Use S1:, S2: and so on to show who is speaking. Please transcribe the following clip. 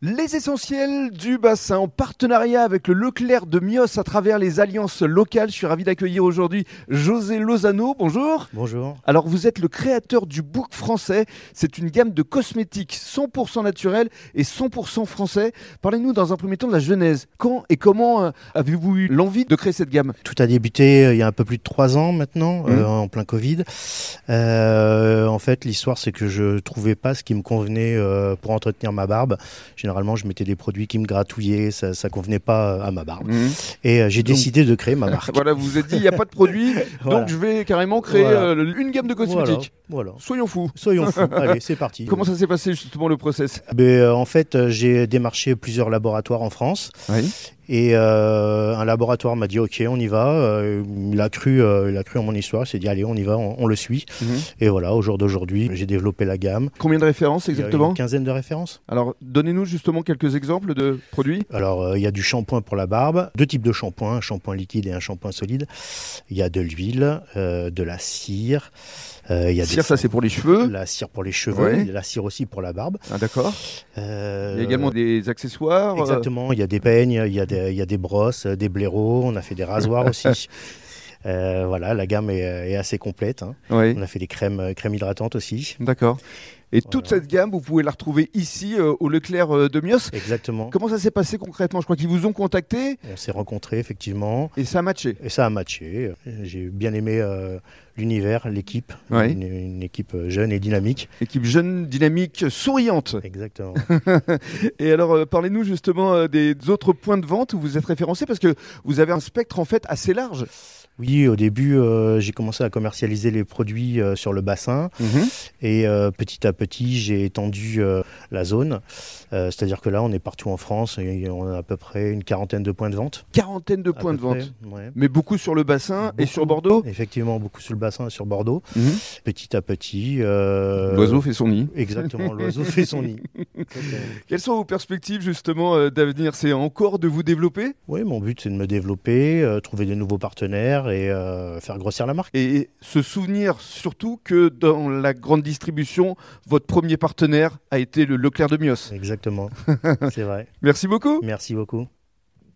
S1: Les essentiels du bassin en partenariat avec le Leclerc de Mios à travers les alliances locales. Je suis ravi d'accueillir aujourd'hui José Lozano. Bonjour.
S2: Bonjour.
S1: Alors vous êtes le créateur du Book français. C'est une gamme de cosmétiques 100% naturels et 100% français. Parlez-nous dans un premier temps de la genèse. Quand et comment euh, avez-vous eu l'envie de créer cette gamme
S2: Tout a débuté euh, il y a un peu plus de trois ans maintenant,
S1: Mhm.
S2: euh, en plein Covid. Euh, en fait, l'histoire, c'est que je trouvais pas ce qui me convenait euh, pour entretenir ma barbe. Généralement, je mettais des produits qui me gratouillaient, ça, ça convenait pas euh, à ma barbe. Et euh, j'ai
S1: Donc-
S2: décidé de créer ma marque.
S1: Mmh. Voilà, vous vous êtes dit, il n'y a pas de produit,
S2: Voilà.
S1: donc je vais carrément créer
S2: Voilà.
S1: euh, une gamme de cosmétiques.
S2: Voilà. voilà.
S1: Soyons fous.
S2: Soyons fous. Allez, c'est parti.
S1: Comment ça s'est passé justement le process
S2: Ben, euh, En fait, euh, j'ai démarché plusieurs laboratoires en France.
S1: Oui.
S2: Et euh, un laboratoire m'a dit ok on y va. Euh, il a cru, euh, il a cru en mon histoire. Il s'est dit allez on y va, on, on le suit.
S1: Mhm.
S2: Et voilà au jour d'aujourd'hui j'ai développé la gamme.
S1: Combien de références
S2: Il y a
S1: exactement
S2: une quinzaine de références.
S1: Alors, donnez-nous justement quelques exemples de produits.
S2: Alors euh, il y a du shampoing pour la barbe, deux types de shampoing, un shampoing liquide et un shampoing solide. Il y a de l'huile, euh, de la cire. Euh, il y a des-
S1: Cire, ça c'est pour les cheveux.
S2: la cire pour les cheveux,
S1: Ouais.
S2: il y a la cire aussi pour la barbe.
S1: Ah, D'accord.
S2: Euh,
S1: Il y a également des accessoires. euh,
S2: Exactement, il y a des peignes, il y a des, il y a des brosses, euh, des blaireaux, on a fait des rasoirs aussi. Euh, voilà, la gamme est, euh, est assez complète. hein.
S1: Oui.
S2: On a fait des crèmes, euh, crèmes hydratantes aussi.
S1: D'accord. Et toute
S2: Voilà.
S1: cette gamme, vous pouvez la retrouver ici euh, au Leclerc euh, de Mios.
S2: Exactement.
S1: Comment ça s'est passé concrètement Je crois qu'ils vous ont contacté
S2: On s'est rencontrés effectivement
S1: et ça a matché.
S2: et ça a matché. Euh, J'ai bien aimé euh, l'univers, l'équipe,
S1: Ouais.
S2: une, une équipe euh, jeune et dynamique.
S1: Équipe jeune, dynamique, souriante.
S2: Exactement.
S1: Et alors, euh, parlez-nous justement euh, des autres points de vente où vous êtes référencé parce que vous avez un spectre en fait assez large.
S2: oui, au début, euh, j'ai commencé à commercialiser les produits euh, sur le bassin. Et euh, petit à petit, j'ai étendu euh, la zone. Euh, C'est-à-dire que là, on est partout en France et on a à peu près une quarantaine de points de vente.
S1: Quarantaine de
S2: À
S1: points
S2: peu
S1: de vente,
S2: près, ouais.
S1: mais beaucoup sur le bassin et
S2: Beaucoup.
S1: sur Bordeaux.
S2: Effectivement, beaucoup sur le bassin et sur Bordeaux.
S1: Mhm.
S2: Petit à petit. euh,
S1: L'oiseau fait son nid.
S2: Exactement, l'oiseau fait son nid.
S1: Quelles sont vos perspectives justement euh, d'avenir C'est encore de vous développer
S2: Oui, mon but, c'est de me développer, euh, trouver des nouveaux partenaires et euh, faire grossir la marque.
S1: et se souvenir surtout que dans la grande distribution, votre premier partenaire a été le Leclerc de Mios.
S2: Exactement, c'est vrai.
S1: Merci beaucoup.
S2: Merci beaucoup.